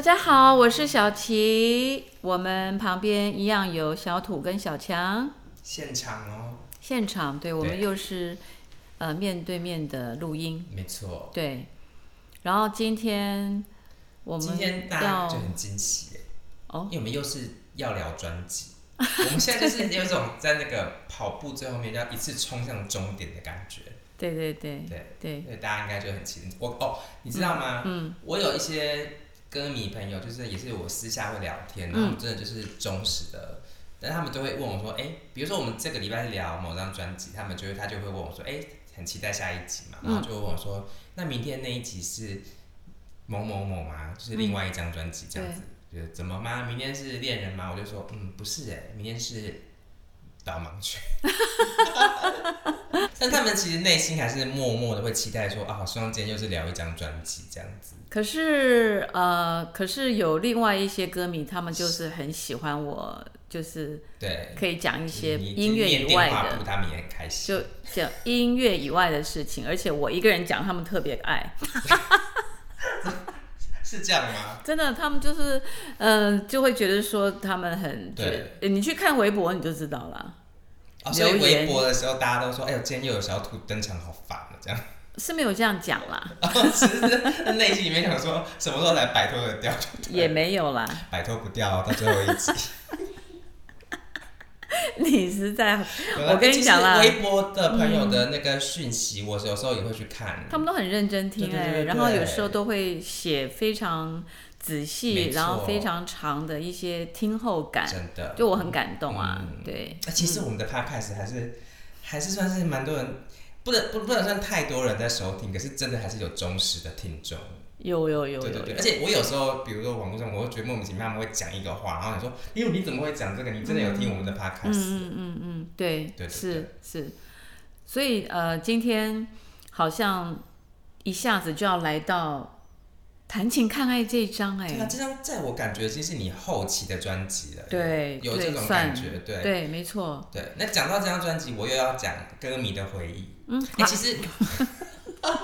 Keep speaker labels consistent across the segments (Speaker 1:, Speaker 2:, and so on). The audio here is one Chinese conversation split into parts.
Speaker 1: 家好，我是小琪，我们旁边一样有小土跟小强。
Speaker 2: 现场哦，
Speaker 1: 现场，对我们
Speaker 2: 对
Speaker 1: 又是呃面对面的录音，
Speaker 2: 没错。
Speaker 1: 对。然后今天我
Speaker 2: 今
Speaker 1: 们
Speaker 2: 天大
Speaker 1: 要
Speaker 2: 家就很惊喜耶，
Speaker 1: 哦
Speaker 2: 因为我们又是要聊专辑， 我们现在就是有种在那个跑步最后面要一次冲向终点的感觉，
Speaker 1: 对对对
Speaker 2: 对，
Speaker 1: 对，
Speaker 2: 所以大家应该就很期待。我哦，你知道吗？
Speaker 1: 嗯，
Speaker 2: 我有一些歌迷朋友，就是也是我私下会聊
Speaker 1: 嗯
Speaker 2: 天，然后他们真的就是忠实的。但他们都会问我说：“哎、比如说我们这个礼拜聊某张专辑，他们就会他就会问我说：‘哎、很期待下一集嘛？’
Speaker 1: 嗯
Speaker 2: 然后就会问我说：‘那明天那一集是某某某吗？就是另外一张专辑这样子？’就是怎么吗？明天是恋人吗？我就说：‘嗯，不是哎、明天是导盲犬。’ 但他们其实内心还是默默的会期待说：‘啊，希望今天又是聊一张专辑这样子。’
Speaker 1: 可是呃，可是有另外一些歌迷，他们就是很喜欢我，就是
Speaker 2: 对，
Speaker 1: 可以讲一些
Speaker 2: 你
Speaker 1: 音乐
Speaker 2: 念
Speaker 1: 以
Speaker 2: 电
Speaker 1: 外
Speaker 2: 话簿
Speaker 1: 的，
Speaker 2: 他们也很开心。
Speaker 1: 就讲音乐以外的事情，而且我一个人讲，他们特别爱，
Speaker 2: 是这样吗？
Speaker 1: 真的，他们就是嗯、呃就会觉得说他们很觉
Speaker 2: 对
Speaker 1: 得，你去看微博你就知道了。
Speaker 2: 哦，所以
Speaker 1: 留言
Speaker 2: 微博的时候大家都说，哎呦，今天又有小土登场，好烦啊，这样。
Speaker 1: 是没有这样讲啦，
Speaker 2: 然后其实内心里面想说，什么时候来摆脱得掉，
Speaker 1: 也没有啦。
Speaker 2: 摆脱不掉，到最后一集。
Speaker 1: 你是在，
Speaker 2: 有啦
Speaker 1: 我跟你讲啦
Speaker 2: 啊其实微博的朋友的那个讯息，我有时候也会去看。
Speaker 1: 嗯他们都很认真听
Speaker 2: 对对
Speaker 1: 哎、
Speaker 2: 对对
Speaker 1: 然后有时候都会写非常仔细，
Speaker 2: 没错
Speaker 1: 然后非常长的一些听后感，
Speaker 2: 真的，
Speaker 1: 就我很感动啊。
Speaker 2: 嗯
Speaker 1: 对，
Speaker 2: 那其实我们的 podcast 还是还是算是蛮多人，不能不不能算太多人在收听，可是真的还是有忠实的听众。
Speaker 1: 有有有有
Speaker 2: 对
Speaker 1: 有
Speaker 2: 对对，而且我有时候，比如说网络上，我会觉得莫名其妙他们会讲一个话，然后你说，因为你怎么会讲这个？你真的有听我们的 podcast？、
Speaker 1: 嗯嗯嗯嗯，对，
Speaker 2: 对对
Speaker 1: 是是。所以呃，今天好像一下子就要来到弹琴看爱这一章哎、
Speaker 2: 对啊，这张在我感觉已经是你后期的专辑了，
Speaker 1: 对
Speaker 2: 有这
Speaker 1: 对，
Speaker 2: 种
Speaker 1: 算
Speaker 2: 感觉，对
Speaker 1: 对，没错。
Speaker 2: 对。那讲到这张专辑，我又要讲歌迷的回忆。
Speaker 1: 嗯，
Speaker 2: 哎、其实，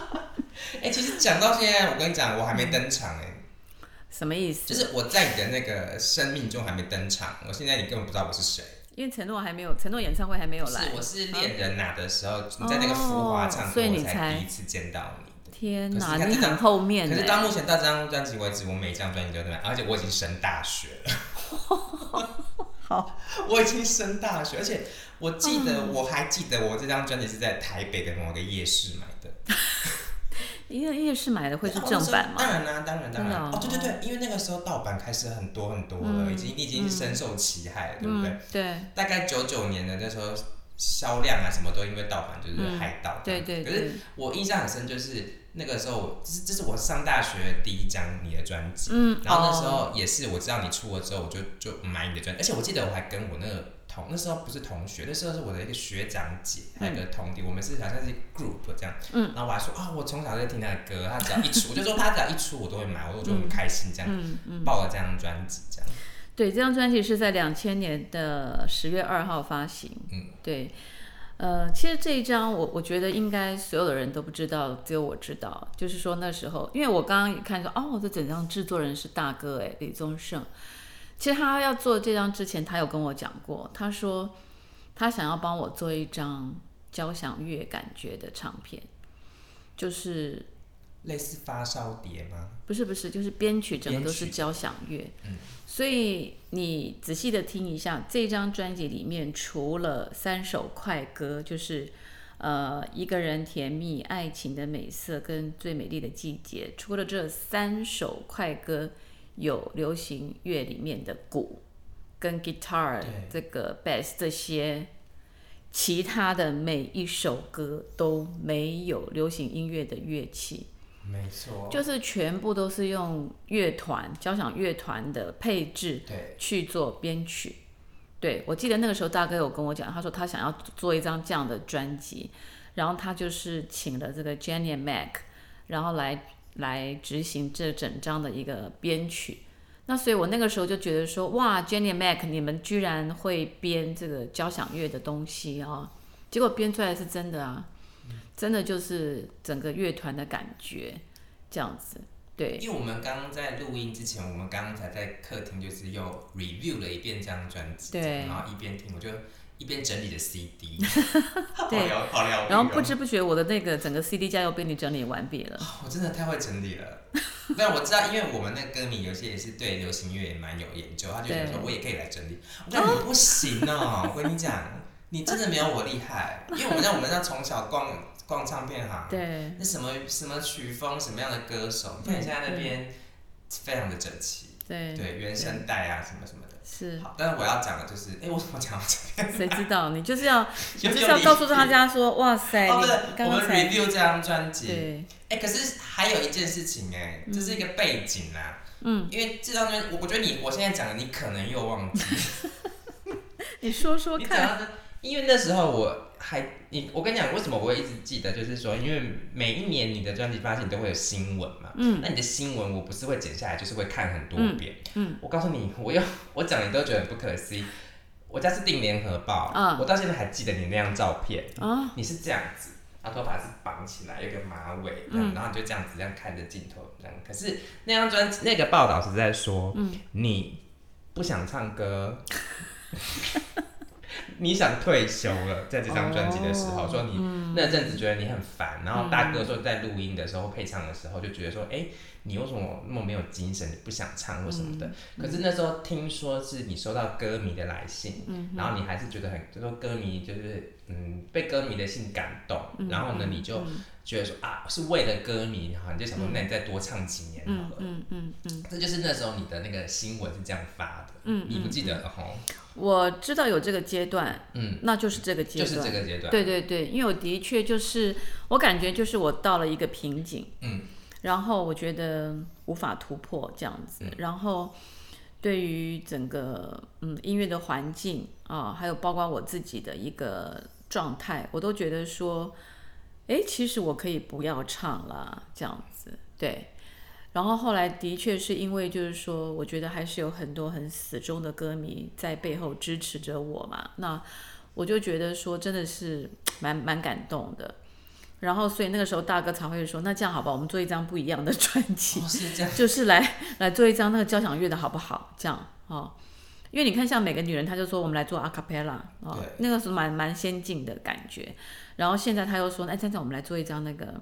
Speaker 2: 哎、其实讲到现在，我跟你讲，我还没登场哎、
Speaker 1: 嗯什么意思？
Speaker 2: 就是我在你的那个生命中还没登场，我现在你根本不知道我是谁。
Speaker 1: 因为承诺还没有，承诺演唱会还没有
Speaker 2: 不
Speaker 1: 来
Speaker 2: 是，。我是恋人拿的时候，你在那个浮华
Speaker 1: 哦
Speaker 2: 唱歌，
Speaker 1: 所以
Speaker 2: 我
Speaker 1: 你才
Speaker 2: 才第一次见到你。
Speaker 1: 天哪，
Speaker 2: 可是你看
Speaker 1: 你
Speaker 2: 这
Speaker 1: 很
Speaker 2: 张
Speaker 1: 后面
Speaker 2: 可是
Speaker 1: 的、
Speaker 2: 到目前到这张专辑为止，我每一张专辑都在买，而且我已经升大学了。
Speaker 1: 好，嗯
Speaker 2: 我已经升大学，而且我记得，我还记得我这张专辑是在台北的某个夜市买的。
Speaker 1: 夜夜市买的会是
Speaker 2: 然后那
Speaker 1: 正
Speaker 2: 时候
Speaker 1: 版吗？
Speaker 2: 当然啦、当然
Speaker 1: 真
Speaker 2: 当
Speaker 1: 的
Speaker 2: 然。
Speaker 1: 哦
Speaker 2: 哦，对对对，因为那个时候盗版开始很多很多了，
Speaker 1: 嗯
Speaker 2: 已经你已经深受其害了，对不对？
Speaker 1: 嗯，对
Speaker 2: 大概九九年的那时候，销量啊什么都因为盗版就是
Speaker 1: 嗯
Speaker 2: 害盗、
Speaker 1: 对对
Speaker 2: 可是
Speaker 1: 对，
Speaker 2: 我印象很深，就是那个时候我，这是这是我上大学第一张你的专辑。
Speaker 1: 嗯，
Speaker 2: 然后那时
Speaker 1: 哦
Speaker 2: 候也是我知道你出了之后，我就就买你的专辑，而且我记得我还跟我那个同那时候不是同学，那时候是我的一个学长姐，还有一个同弟，我们是好像是 group 这样。
Speaker 1: 嗯。
Speaker 2: 然后我还说啊、我从小就听他的歌，他只要一出，我就说他只要一出我都会买，我就很开心这样，
Speaker 1: 嗯嗯，
Speaker 2: 报了这张专辑这样。
Speaker 1: 对，这张专辑是在两千年的十月二号发行。
Speaker 2: 嗯，
Speaker 1: 对，呃，其实这一张我我觉得应该所有的人都不知道，只有我知道。就是说那时候，因为我刚刚一看说，哦，这整张制作人是大哥哎，李宗盛。其实他要做这张之前，他有跟我讲过，他说他想要帮我做一张交响乐感觉的唱片，就是
Speaker 2: 类似发烧碟吗？
Speaker 1: 不是不是，就是编曲整个都是
Speaker 2: 编曲
Speaker 1: 交响乐。
Speaker 2: 嗯
Speaker 1: 所以你仔细的听一下，这张专辑里面除了三首快歌，就是呃一个人甜蜜、爱情的美色跟最美丽的季节，除了这三首快歌，有流行乐里面的鼓跟 guitar
Speaker 2: 对
Speaker 1: 这个 bass 这些。其他的每一首歌都没有流行音乐的乐器，
Speaker 2: 没错，
Speaker 1: 就是全部都是用乐团交响乐团的配置
Speaker 2: 对，
Speaker 1: 去做编曲。对我记得那个时候大哥有跟我讲，他说他想要做一张这样的专辑，然后他就是请了这个 Jenny and Mac，然后来来执行这整张的一个编曲。那所以我那个时候就觉得说，哇，Jenny and Mac，你们居然会编这个交响乐的东西哦，结果编出来是真的啊，真的就是整个乐团的感觉这样子。对，
Speaker 2: 因为我们刚刚在录音之前，我们刚刚才在客厅就是又 review 了一遍这张专辑，
Speaker 1: 对
Speaker 2: 这样然后一边听，我就一边整理的 CD，好
Speaker 1: 对
Speaker 2: 疗好疗愈哦。
Speaker 1: 然后不知不觉我的那个整个 CD 架又被你整理完毕了。
Speaker 2: 哦我真的太会整理了。 没有，我知道，因为我们那歌迷有些也是对流行音乐也蛮有研究，他就想说
Speaker 1: 对
Speaker 2: 我也可以来整理。我跟你讲你不行哦，我跟你讲，你真的没有我厉害， 因为我们让我们让从小逛逛唱片行，
Speaker 1: 对，
Speaker 2: 那什么什么曲风，什么样的歌手，你看你现在那
Speaker 1: 嗯
Speaker 2: 边非常的整齐，
Speaker 1: 对，
Speaker 2: 对原声带啊什么什么的。
Speaker 1: 是，
Speaker 2: 好，但是我要讲的就是，哎，我怎么讲到 这
Speaker 1: 谁知道你就是 要，
Speaker 2: 个？
Speaker 1: 就是要告诉大
Speaker 2: 家。
Speaker 1: 家说，哇塞，
Speaker 2: 哦，不
Speaker 1: 你
Speaker 2: 是，
Speaker 1: 刚
Speaker 2: 我们
Speaker 1: 才
Speaker 2: review 这张专辑，
Speaker 1: 对，
Speaker 2: 哎、可是还有一件事情哎、这是一个背景啦。
Speaker 1: 嗯，
Speaker 2: 因为这张专辑，我我觉得你我现在讲的，你可能又忘记。
Speaker 1: 你说说
Speaker 2: 你
Speaker 1: 看，
Speaker 2: 讲到这，啊因为那时候我还你，我跟你讲，为什么我会一直记得，就是说，因为每一年你的专辑发行都会有新闻嘛。
Speaker 1: 嗯
Speaker 2: 那你的新闻我不是会剪下来，就是会看很多遍。
Speaker 1: 嗯
Speaker 2: 我告诉你，我又我讲你都觉得很不可思议。我家是订联合报，
Speaker 1: 嗯
Speaker 2: 我到现在还记得你那张照片。
Speaker 1: 啊，
Speaker 2: 你是这样子，然后头发是绑起来，有个马尾，
Speaker 1: 嗯
Speaker 2: 然后你就这样子这样看着镜头这样。可是那张专辑那个报道是在说，
Speaker 1: 嗯
Speaker 2: 你不想唱歌， 你想退休了，在这张专辑的时候，
Speaker 1: 哦
Speaker 2: 说你
Speaker 1: 嗯
Speaker 2: 那阵子觉得你很烦，然后大哥说在录音的时候配唱的时候就觉得说，哎、你为什么那么没有精神，你不想唱或什么的。
Speaker 1: 嗯
Speaker 2: 可是那时候听说是你收到歌迷的来信，
Speaker 1: 嗯
Speaker 2: 然后你还是觉得很，就说歌迷就是嗯被歌迷的信感动，
Speaker 1: 嗯
Speaker 2: 然后呢你就觉得说啊是为了歌迷，然后你就想说那你再多唱几年好
Speaker 1: 嗯
Speaker 2: 了。
Speaker 1: 嗯嗯嗯，
Speaker 2: 这就是那时候你的那个新闻是这样发的，
Speaker 1: 嗯
Speaker 2: 你不记得了吼？
Speaker 1: 我知道有这个阶段，
Speaker 2: 嗯，
Speaker 1: 那就是这个阶
Speaker 2: 就
Speaker 1: 段，
Speaker 2: 是这个阶段，
Speaker 1: 对对对，因为我的确就是，我感觉就是我到了一个瓶颈，
Speaker 2: 嗯，
Speaker 1: 然后我觉得无法突破这样子，
Speaker 2: 嗯
Speaker 1: 然后对于整个嗯音乐的环境啊、还有包括我自己的一个状态，我都觉得说，哎，其实我可以不要唱了这样子，对。然后后来的确是因为就是说，我觉得还是有很多很死忠的歌迷在背后支持着我嘛，那我就觉得说真的是蛮蛮感动的。然后所以那个时候大哥才会说，那这样好吧，我们做一张不一样的专辑，
Speaker 2: 哦是这样，
Speaker 1: 就是来来做一张那个交响乐的好不好？这样哦，因为你看像每个女人，她就说我们来做 a cappella 哦
Speaker 2: 对，
Speaker 1: 那个是蛮蛮先进的感觉。然后现在他又说，哎，这样我们来做一张那个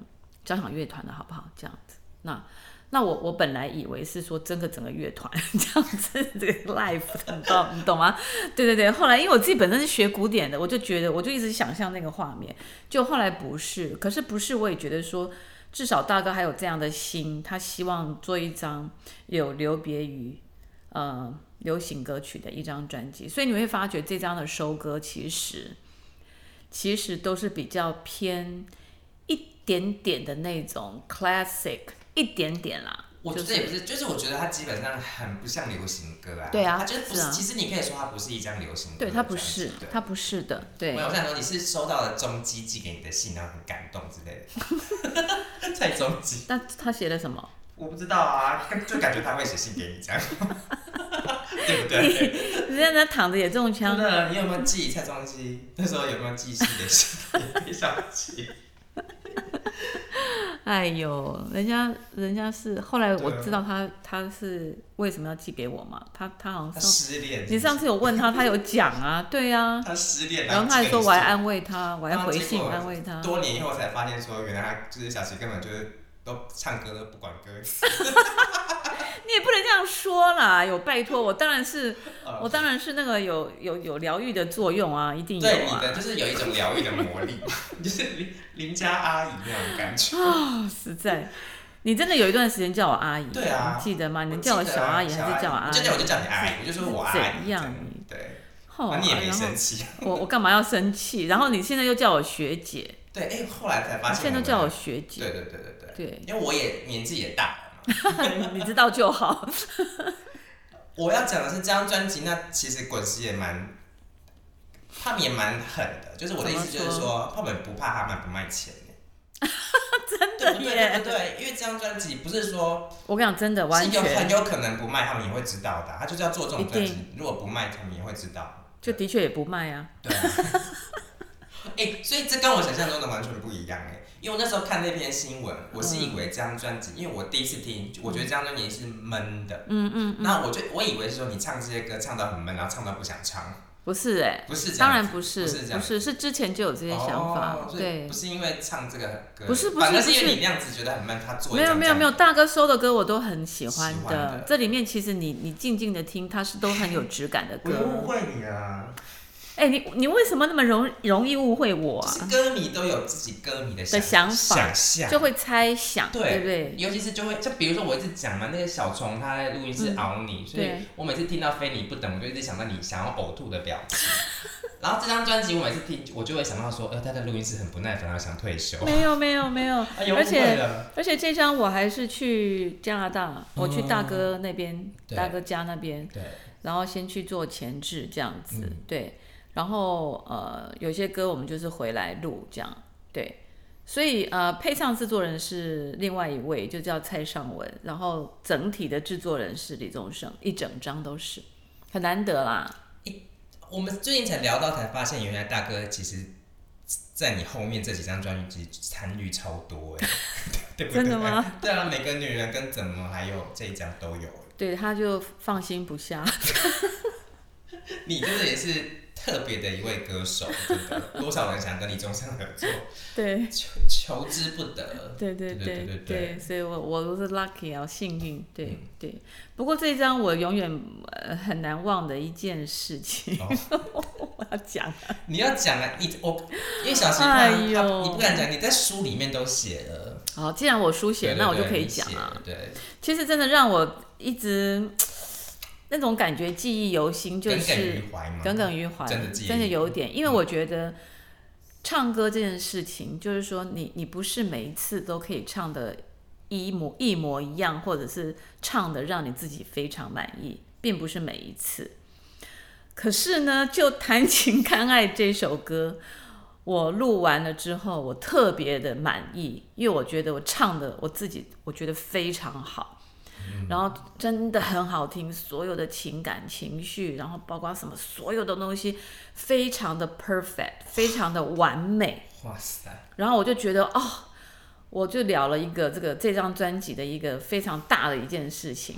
Speaker 1: 交响乐团的好不好？这样子，那。那我我本来以为是说整个整个乐团 这样子这个 live，你知道你懂吗？对对对，后来因为我自己本身是学古典的，我就觉得我就一直想象那个画面，就后来不是，可是不是我也觉得说，至少大哥还有这样的心，他希望做一张有留别于呃流行歌曲的一张专辑，所以你会发觉这张的收割其实其实都是比较偏一点点的那种 classic，一点点啦，
Speaker 2: 我觉
Speaker 1: 就
Speaker 2: 得也不是，就是我觉得它基本上很不像流行歌啊，
Speaker 1: 对啊
Speaker 2: 它就是不
Speaker 1: 是啊
Speaker 2: 其实你可以说它不是一张流行歌
Speaker 1: 对，
Speaker 2: 的专辑，
Speaker 1: 它不是，
Speaker 2: 对。
Speaker 1: 它不是的，对
Speaker 2: 没。有，我想说你是收到了中基寄给你的信，然后很感动之类的。 蔡中基，
Speaker 1: 那他写了什么？
Speaker 2: 我不知道啊，就感觉他会写信给 你这样，对不对？
Speaker 1: 人家那躺着也中
Speaker 2: 真
Speaker 1: 枪，
Speaker 2: 的，你有没有寄蔡中基？那时候有没有寄信给小给小 七？
Speaker 1: 哎呦，人家人家是后来我
Speaker 2: 对啊
Speaker 1: 知道他他是为什么要寄给我嘛，他他好
Speaker 2: 他
Speaker 1: 像是
Speaker 2: 失恋，
Speaker 1: 你上次有问他，他有讲啊，对啊，
Speaker 2: 他失恋，
Speaker 1: 然后他还
Speaker 2: 寄给
Speaker 1: 说
Speaker 2: 你
Speaker 1: 我还
Speaker 2: 信
Speaker 1: 安慰他，我还回信
Speaker 2: 啊然
Speaker 1: 安
Speaker 2: 后结果
Speaker 1: 慰他，
Speaker 2: 多年以后才发现说，原来他就是小七根本就是都唱歌都不管歌词。
Speaker 1: 你也不能这样说啦，有拜托我当然是
Speaker 2: 呃
Speaker 1: 我当然是那个有有有疗愈的作用啊，一定有
Speaker 2: 对你
Speaker 1: 啊，
Speaker 2: 的就是有一种疗愈的魔力， 就是邻邻家阿姨那种感觉。
Speaker 1: 哦实在。你真的有一段时间叫我阿姨，
Speaker 2: 对啊
Speaker 1: 你记得吗？
Speaker 2: 我
Speaker 1: 你
Speaker 2: 记
Speaker 1: 叫我
Speaker 2: 得
Speaker 1: 小
Speaker 2: 啊
Speaker 1: 阿姨还是叫我阿
Speaker 2: 我就
Speaker 1: 姨
Speaker 2: 叫？我就叫你阿姨，我就说我阿姨
Speaker 1: 怎样
Speaker 2: 你对，
Speaker 1: 哦
Speaker 2: 那你也没
Speaker 1: 然后
Speaker 2: 生气。
Speaker 1: 我我干嘛要生气？然后你现在又叫我学姐，
Speaker 2: 对，哎，后来才发
Speaker 1: 你
Speaker 2: 现
Speaker 1: 啊现
Speaker 2: 们
Speaker 1: 在都叫我学姐，
Speaker 2: 对对对对对，
Speaker 1: 对，
Speaker 2: 因为我也年纪也大了嘛。
Speaker 1: 你知道就好。
Speaker 2: 我要讲的是这张专辑，那其实滚石也蛮，他们也蛮狠的，就是我的意思就
Speaker 1: 怎
Speaker 2: 是
Speaker 1: 么
Speaker 2: 说，他们不怕他卖不卖钱。
Speaker 1: 真
Speaker 2: 对
Speaker 1: 的
Speaker 2: 不对？对
Speaker 1: 耶
Speaker 2: 不！对？因为这张专辑不是说
Speaker 1: 我跟你讲，真的完
Speaker 2: 是有很
Speaker 1: 全
Speaker 2: 有可能不卖，他们也会知道的啊。他就是要做这种专
Speaker 1: 一
Speaker 2: 辑，如果不卖，他们也会知道。
Speaker 1: 就的确也不卖啊。
Speaker 2: 对啊，哎、所以这跟我想象中的完全不一样哎、因为我那时候看那篇新闻，我是以为这张专辑，因为我第一次听，我觉得这张专辑是闷的，
Speaker 1: 嗯嗯嗯，
Speaker 2: 那我就我以为是说你唱这些歌唱到很闷，然后唱到不想唱，
Speaker 1: 不是哎、
Speaker 2: 不是这样
Speaker 1: 当
Speaker 2: 子，
Speaker 1: 然不是，
Speaker 2: 不是这样
Speaker 1: 是是之前就有这些想法，
Speaker 2: 哦所以
Speaker 1: 对
Speaker 2: 不。是因为唱这个歌，
Speaker 1: 不是不是
Speaker 2: 反而是因
Speaker 1: 不
Speaker 2: 为
Speaker 1: 是
Speaker 2: 你那样子觉得很闷，他做
Speaker 1: 没有没有没
Speaker 2: 有，
Speaker 1: 有，大哥收的歌我都很喜欢
Speaker 2: 喜
Speaker 1: 的。
Speaker 2: 欢的
Speaker 1: 这里面其实你你静静的听，它是都很有质感的
Speaker 2: 我又误
Speaker 1: 歌。
Speaker 2: 会你啊，
Speaker 1: 哎、你你为什么那么容容易误会我
Speaker 2: 就是
Speaker 1: 啊？
Speaker 2: 歌迷都有自己歌迷的
Speaker 1: 的
Speaker 2: 想
Speaker 1: 想法
Speaker 2: 象
Speaker 1: 就会猜想，
Speaker 2: 对
Speaker 1: 不对？
Speaker 2: 尤其是就会，就比如说我一直讲嘛，那个小虫它在录音室熬你，所以
Speaker 1: 嗯对
Speaker 2: 我每次听到非你不等，我就一直想到你想要呕吐的表 情。然后这张专辑我每次听，我就会想到说，呃，他在录音室很不耐烦，然后想退休。
Speaker 1: 没有没有没有，
Speaker 2: 哎呦，
Speaker 1: 而
Speaker 2: 误会
Speaker 1: 且
Speaker 2: 了
Speaker 1: 而且这张我还是去加拿大，我去大哥那边，
Speaker 2: 对
Speaker 1: 大哥家那边，
Speaker 2: 对，
Speaker 1: 然后先去做前置这样子，
Speaker 2: 嗯
Speaker 1: 对，然后呃有些歌我们就是回来录这样，对，所以呃配唱制作人是另外一位，就叫蔡尚文，然后整体的制作人是李宗盛，一整张都是很难得啦，
Speaker 2: 我们最近才聊到，才发现原来大哥其实，在你后面这几张专辑参与超多 哎，对不对？
Speaker 1: 真的吗？
Speaker 2: 对啊，每个女人跟怎么还有这一张都有，
Speaker 1: 对，他就放心不下，
Speaker 2: 你真的也是特别的一位歌手，真的，多少人想跟你终身合作，
Speaker 1: 对。
Speaker 2: 求求之不得。
Speaker 1: 对对
Speaker 2: 对对
Speaker 1: 对
Speaker 2: 对对
Speaker 1: 所以我我都是 lucky 啊，幸运，对、
Speaker 2: 嗯
Speaker 1: 对。不过这张我永远、呃、很难忘的一件事情，
Speaker 2: 哦
Speaker 1: 我要讲，
Speaker 2: 你要讲啊，你我因为小时候
Speaker 1: 哎
Speaker 2: 他
Speaker 1: 呦
Speaker 2: 你不敢讲，你在书里面都写了，
Speaker 1: 好，既然我书写，
Speaker 2: 对
Speaker 1: 那我
Speaker 2: 对
Speaker 1: 就
Speaker 2: 对
Speaker 1: 可以
Speaker 2: 你写
Speaker 1: 讲啊
Speaker 2: 了。对，
Speaker 1: 其实真的让我一直那种感觉记忆犹新，就
Speaker 2: 耿耿
Speaker 1: 是
Speaker 2: 于怀嘛，
Speaker 1: 耿耿于怀，
Speaker 2: 真的记忆嗯
Speaker 1: 有点，因为我觉得唱歌这件事情，就是说你你不是每一次都可以唱的一模一模一样，或者是唱的让你自己非常满意，并不是每一次。可是呢，就《弹琴 看爱》这首歌，我录完了之后，我特别的满意，因为我觉得我唱的我自己我觉得非常好。
Speaker 2: 嗯
Speaker 1: 然后真的很好听，所有的情感情绪，然后包括什么所有的东西，非常的 perfect，非常的完美。
Speaker 2: 哇塞，
Speaker 1: 然后我就觉得哦，我就聊了一个这个这张专辑的一个非常大的一件事情，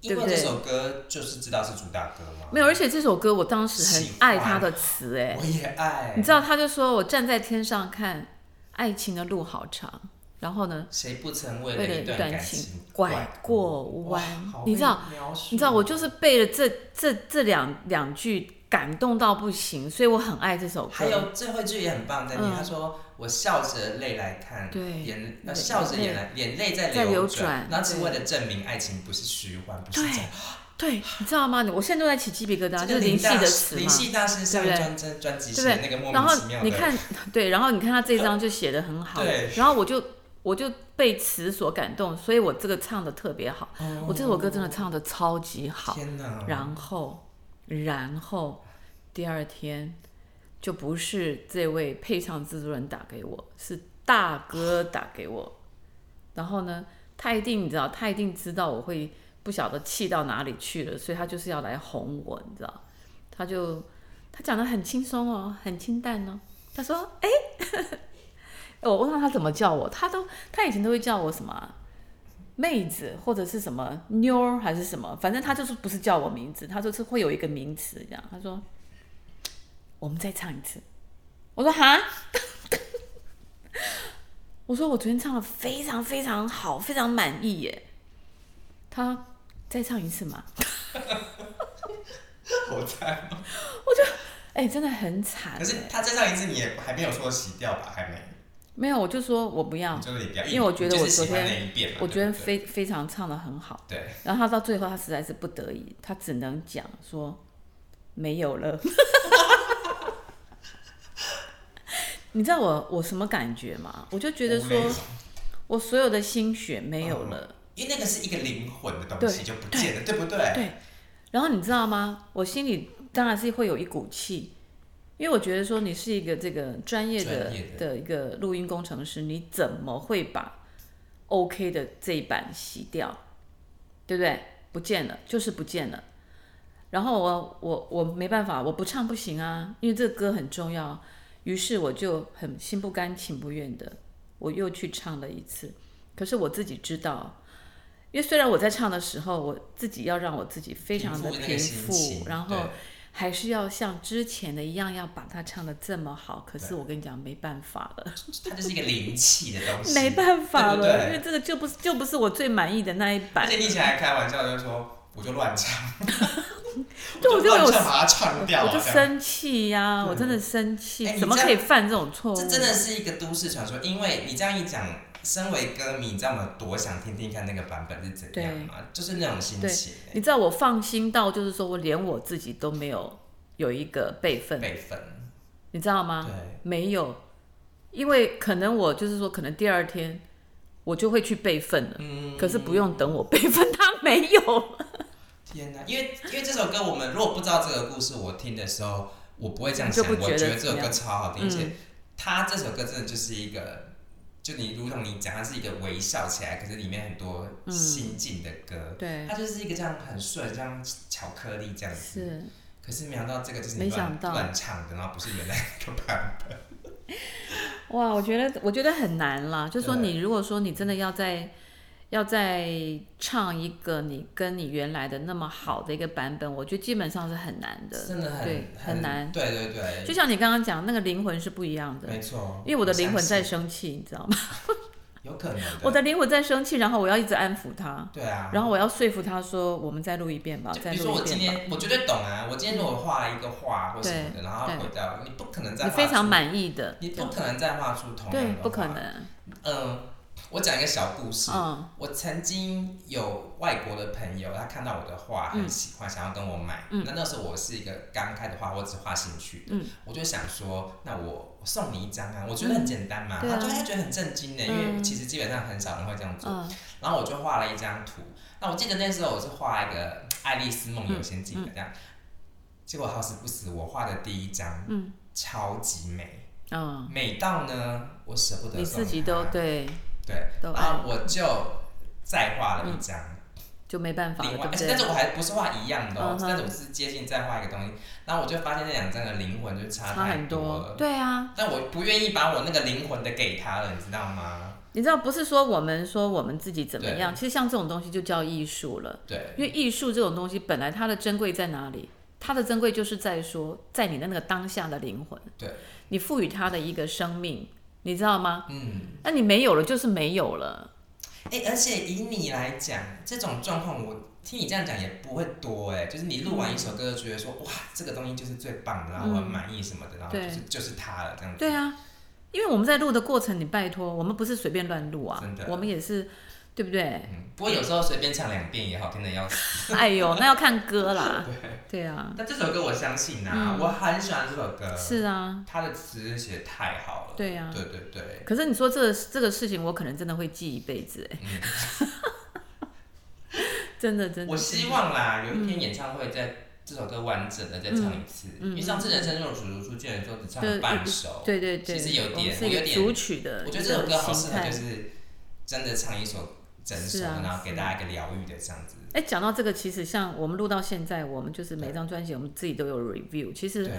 Speaker 2: 因
Speaker 1: 对
Speaker 2: 为
Speaker 1: 不
Speaker 2: 这
Speaker 1: 对
Speaker 2: 首歌就是知道是主打歌嘛，
Speaker 1: 没有，而且这首歌我当时很
Speaker 2: 喜欢
Speaker 1: 爱它的词，哎，
Speaker 2: 我也爱
Speaker 1: 你，知道，他就说我站在天上看，爱情的路好长，然后呢，
Speaker 2: 谁不曾为
Speaker 1: 为
Speaker 2: 了
Speaker 1: 了
Speaker 2: 一
Speaker 1: 一
Speaker 2: 段
Speaker 1: 段
Speaker 2: 感
Speaker 1: 情
Speaker 2: 情
Speaker 1: 拐
Speaker 2: 过
Speaker 1: 过
Speaker 2: 哇
Speaker 1: 弯
Speaker 2: 好
Speaker 1: 你
Speaker 2: 会
Speaker 1: 知道
Speaker 2: 描述
Speaker 1: 你知道，我就是背了这这这两两句，感动到不行，所以我很爱这首歌。
Speaker 2: 还有最后一句也很棒的，你
Speaker 1: 嗯
Speaker 2: 他说我笑着泪来看，
Speaker 1: 对
Speaker 2: 眼呃
Speaker 1: 对
Speaker 2: 笑着眼来眼泪在
Speaker 1: 在流转
Speaker 2: 转，然后是
Speaker 1: 对
Speaker 2: 为了证明爱情不是虚幻，不是
Speaker 1: 对
Speaker 2: 假。
Speaker 1: 对，你知道吗？我现在都在起鸡皮疙瘩，就
Speaker 2: 这个
Speaker 1: 是
Speaker 2: 林
Speaker 1: 林夕
Speaker 2: 大
Speaker 1: 的词
Speaker 2: 林
Speaker 1: 嘛。
Speaker 2: 夕大师上
Speaker 1: 对不对
Speaker 2: 专专专辑
Speaker 1: 对
Speaker 2: 写
Speaker 1: 不对
Speaker 2: 的那个莫
Speaker 1: 然
Speaker 2: 名
Speaker 1: 后
Speaker 2: 其妙的，
Speaker 1: 你 看，对，然后你看他这张就写的很好
Speaker 2: 对，
Speaker 1: 然后我就我就被词所感动，所以我这个唱的特别好，
Speaker 2: 哦
Speaker 1: 我这首歌真的唱的超级好。
Speaker 2: 天哪，
Speaker 1: 然后，然后第二天就不是这位配唱制作人打给我，是大哥打给我。然后呢，他一定你知道，他一定知道我会不晓得气到哪里去了，所以他就是要来哄我，你知道？他就他讲的很轻松哦，很清淡哦。他说：“哎、 我问他他怎么叫我，他都他以前都会叫我什么啊、妹子或者是什么妞儿还是什么，反正他就是不是叫我名字，他就是会有一个名词这样。他说：“我们再唱一次。”我说：“哈。” 我说：“我昨天唱的非常非常好，非常满意耶。”他再唱一次嘛？
Speaker 2: 我 在吗，
Speaker 1: 哎、真的很惨
Speaker 2: 可是
Speaker 1: 哎。
Speaker 2: 他再上一次你也还没有说洗掉吧，还没，
Speaker 1: 没有，我就说我不要
Speaker 2: 你，就是你不要，
Speaker 1: 哦因为我觉得
Speaker 2: 你就
Speaker 1: 我
Speaker 2: 是
Speaker 1: 昨
Speaker 2: 喜欢
Speaker 1: 天
Speaker 2: 那一遍嘛，
Speaker 1: 我觉得
Speaker 2: 对不
Speaker 1: 非
Speaker 2: 对
Speaker 1: 非常唱的很好。
Speaker 2: 对，
Speaker 1: 然后他到最后，他实在是不得已，他只能讲说没有了。 你知道我我什么感觉吗？我就觉得
Speaker 2: 我没有
Speaker 1: 说，我所有的心血没有了。
Speaker 2: 因为那个是一个灵魂的东西就不见了，对不对？
Speaker 1: 对，然后你知道吗？我心里当然是会有一股气，因为我觉得说你是一个这个专业的
Speaker 2: 专业的
Speaker 1: 的一个录音工程师，你怎么会把 OK 的这一版洗掉？对不对？不见了，就是不见了。然后我我我没办法，我不唱不行啊，因为这个歌很重要。于是我就很心不甘情不愿的，我又去唱了一次。可是我自己知道，因为虽然我在唱的时候，我自己要让我自己非常的
Speaker 2: 平复那个
Speaker 1: 平
Speaker 2: 心
Speaker 1: 复，
Speaker 2: 情
Speaker 1: 然后
Speaker 2: 对
Speaker 1: 还是要像之前的一样，要把它唱的这么好。可是我跟你讲，没办法了，
Speaker 2: 它就是一个灵气的东西，
Speaker 1: 没办法
Speaker 2: 对
Speaker 1: 了，
Speaker 2: 不对
Speaker 1: 因为这个就不是就不是我最满意的那一版
Speaker 2: 而。且你以前还开玩笑就说，我就乱唱，
Speaker 1: 对，我
Speaker 2: 我
Speaker 1: 就有
Speaker 2: 乱唱把它唱掉
Speaker 1: 我
Speaker 2: 啊，
Speaker 1: 就
Speaker 2: 这样
Speaker 1: 生气呀、我真的生气，
Speaker 2: 哎你
Speaker 1: 怎么
Speaker 2: 这样
Speaker 1: 可以犯这种错误？
Speaker 2: 这真的是一个都市传说，因为你这样一讲，身为歌迷，你知道我们多想听听看那个版本是怎样吗？就是那种心情、欸
Speaker 1: 你知道我放心到，就是说我连我自己都没有有一个备份，
Speaker 2: 备份，
Speaker 1: 你知道
Speaker 2: 对
Speaker 1: 吗？，没有，因为可能我就是说，可能第二天我就会去备份了，
Speaker 2: 嗯，
Speaker 1: 可是不用等我备份，他没有。
Speaker 2: 天哪，因为因为这首歌，我们如果不知道这个故事，我听的时候，我不会这样
Speaker 1: 就
Speaker 2: 想，
Speaker 1: 不觉
Speaker 2: 我
Speaker 1: 得
Speaker 2: 觉得这首
Speaker 1: 怎么
Speaker 2: 歌
Speaker 1: 样
Speaker 2: 超好听，而且
Speaker 1: 嗯
Speaker 2: 它这首歌真的就是一个。就你如同你讲，它是一个微笑起来，可是里面很多
Speaker 1: 嗯
Speaker 2: 心境的歌，
Speaker 1: 对，
Speaker 2: 它就是一个这样很顺，像巧克力这样子。
Speaker 1: 是
Speaker 2: 可是没想到这个就是
Speaker 1: 没
Speaker 2: 你乱
Speaker 1: 想到
Speaker 2: 乱唱的，然后不是原来 那个版本。
Speaker 1: 哇，我觉得我觉得很难啦。就说
Speaker 2: 对
Speaker 1: 你如果说你真的要在要再唱一个你跟你原来的那么好的一个版本，我觉得基本上是很难的。
Speaker 2: 真的很
Speaker 1: 对很难
Speaker 2: 对对对，
Speaker 1: 就像你刚刚讲，那个灵魂是不一样的，
Speaker 2: 没错。
Speaker 1: 因为我的灵魂在生
Speaker 2: 相信，
Speaker 1: 气，你知道吗？
Speaker 2: 有可能
Speaker 1: 我的灵魂在生气，然后我要一直安抚他，
Speaker 2: 对啊。
Speaker 1: 然后我要说服他说，我们再录一遍吧，
Speaker 2: 就
Speaker 1: 再
Speaker 2: 比如说
Speaker 1: 录
Speaker 2: 我
Speaker 1: 一
Speaker 2: 今
Speaker 1: 遍吧。嗯
Speaker 2: 天，我绝对懂啊。我今天如果画了一个画或什么的，然后
Speaker 1: 对
Speaker 2: 回到你不可能再
Speaker 1: 你
Speaker 2: 画
Speaker 1: 非常
Speaker 2: 出，
Speaker 1: 满意的，
Speaker 2: 你不可能再画出同样的
Speaker 1: 对，
Speaker 2: 画
Speaker 1: 不可。能，
Speaker 2: 嗯，我讲一个小故事。
Speaker 1: 嗯
Speaker 2: 我曾经有外国的朋友，他看到我的画很喜欢，想要跟我买。
Speaker 1: 嗯
Speaker 2: 那那时候我是一个刚开的画，我只画兴趣的。
Speaker 1: 嗯
Speaker 2: 我就想说，那我我送你一张啊，我觉得很简单嘛。
Speaker 1: 对啊
Speaker 2: 他就他觉得很震惊呢，因为其实基本上很少人会这样做。
Speaker 1: 嗯
Speaker 2: 然后我就画了一张图。那我记得那时候我是画一个《爱丽丝梦游仙境》
Speaker 1: 嗯
Speaker 2: 的这样，结果好死不死，我画的第一张
Speaker 1: 嗯
Speaker 2: 超级美，
Speaker 1: 嗯，
Speaker 2: 美到呢我舍不得
Speaker 1: 你自己
Speaker 2: 送
Speaker 1: 都
Speaker 2: 它
Speaker 1: 对
Speaker 2: 对，
Speaker 1: 都
Speaker 2: 然
Speaker 1: 爱
Speaker 2: 后，我就再画了一张，
Speaker 1: 就没办嗯法了，
Speaker 2: 另
Speaker 1: 对
Speaker 2: 外，
Speaker 1: 不
Speaker 2: 而且但是
Speaker 1: 对？
Speaker 2: 我还不是画一样的哦
Speaker 1: 嗯，哼
Speaker 2: 但是我是接近再画一个东西，然后我就发现那两张的灵魂就差
Speaker 1: 差
Speaker 2: 太
Speaker 1: 很
Speaker 2: 多
Speaker 1: 多，
Speaker 2: 了，
Speaker 1: 对啊，
Speaker 2: 但我不愿意把我那个灵魂的给他了，你知道吗？
Speaker 1: 你知道不是说我们说我们自己怎么
Speaker 2: 对
Speaker 1: 样，其实像这种东西就叫艺术了。
Speaker 2: 对，
Speaker 1: 因为艺术这种东西本来它的珍贵在哪里？它的珍贵就是在说，在你的那个当下的灵魂，
Speaker 2: 对，
Speaker 1: 你赋予它的一个生命，你知道吗？
Speaker 2: 嗯，
Speaker 1: 那你没有了就是没有了，
Speaker 2: 哎，而且以你来讲，这种状况我听你这样讲也不会多哎，就是你录完一
Speaker 1: 嗯
Speaker 2: 首歌就觉得说哇，这个东西就是最棒的，然后我很满意什么的，然后就
Speaker 1: 对
Speaker 2: 是就是它了这样子，
Speaker 1: 对啊，因为我们在录的过程，你拜托，我们不是随便乱录啊
Speaker 2: 真的，？
Speaker 1: 我们也是，对不对
Speaker 2: 嗯，不过有时候随便唱两遍也好听的要死。
Speaker 1: 哎呦，那要看歌 啦，对啊，
Speaker 2: 但这首歌我相信啊，
Speaker 1: 嗯
Speaker 2: 我很喜欢这首歌，
Speaker 1: 是啊，
Speaker 2: 他的词写得太好了。
Speaker 1: 对啊。
Speaker 2: 呃对对对，
Speaker 1: 可是你说这个这个事情，我可能真的会记一辈子，哎，真的真的。
Speaker 2: 嗯我希望啦，有一天演唱会在这首歌完整的再唱一次，
Speaker 1: 嗯
Speaker 2: 因为上次人生这种数数数居然说只唱了半首，
Speaker 1: 对对对，
Speaker 2: 其实有
Speaker 1: 我们
Speaker 2: 点
Speaker 1: 是一
Speaker 2: 我有
Speaker 1: 个
Speaker 2: 点
Speaker 1: 组曲的一
Speaker 2: 我
Speaker 1: 呃个
Speaker 2: 觉
Speaker 1: 心态，
Speaker 2: 得这首歌好适合就是真的唱一首整首
Speaker 1: 是啊
Speaker 2: 的，然后
Speaker 1: 是
Speaker 2: 给大家一个疗愈的这样子。
Speaker 1: 哎，讲到这个，其实像我们录到现在，我们就是每张专辑我们自己都有 review。其
Speaker 2: 对
Speaker 1: 实，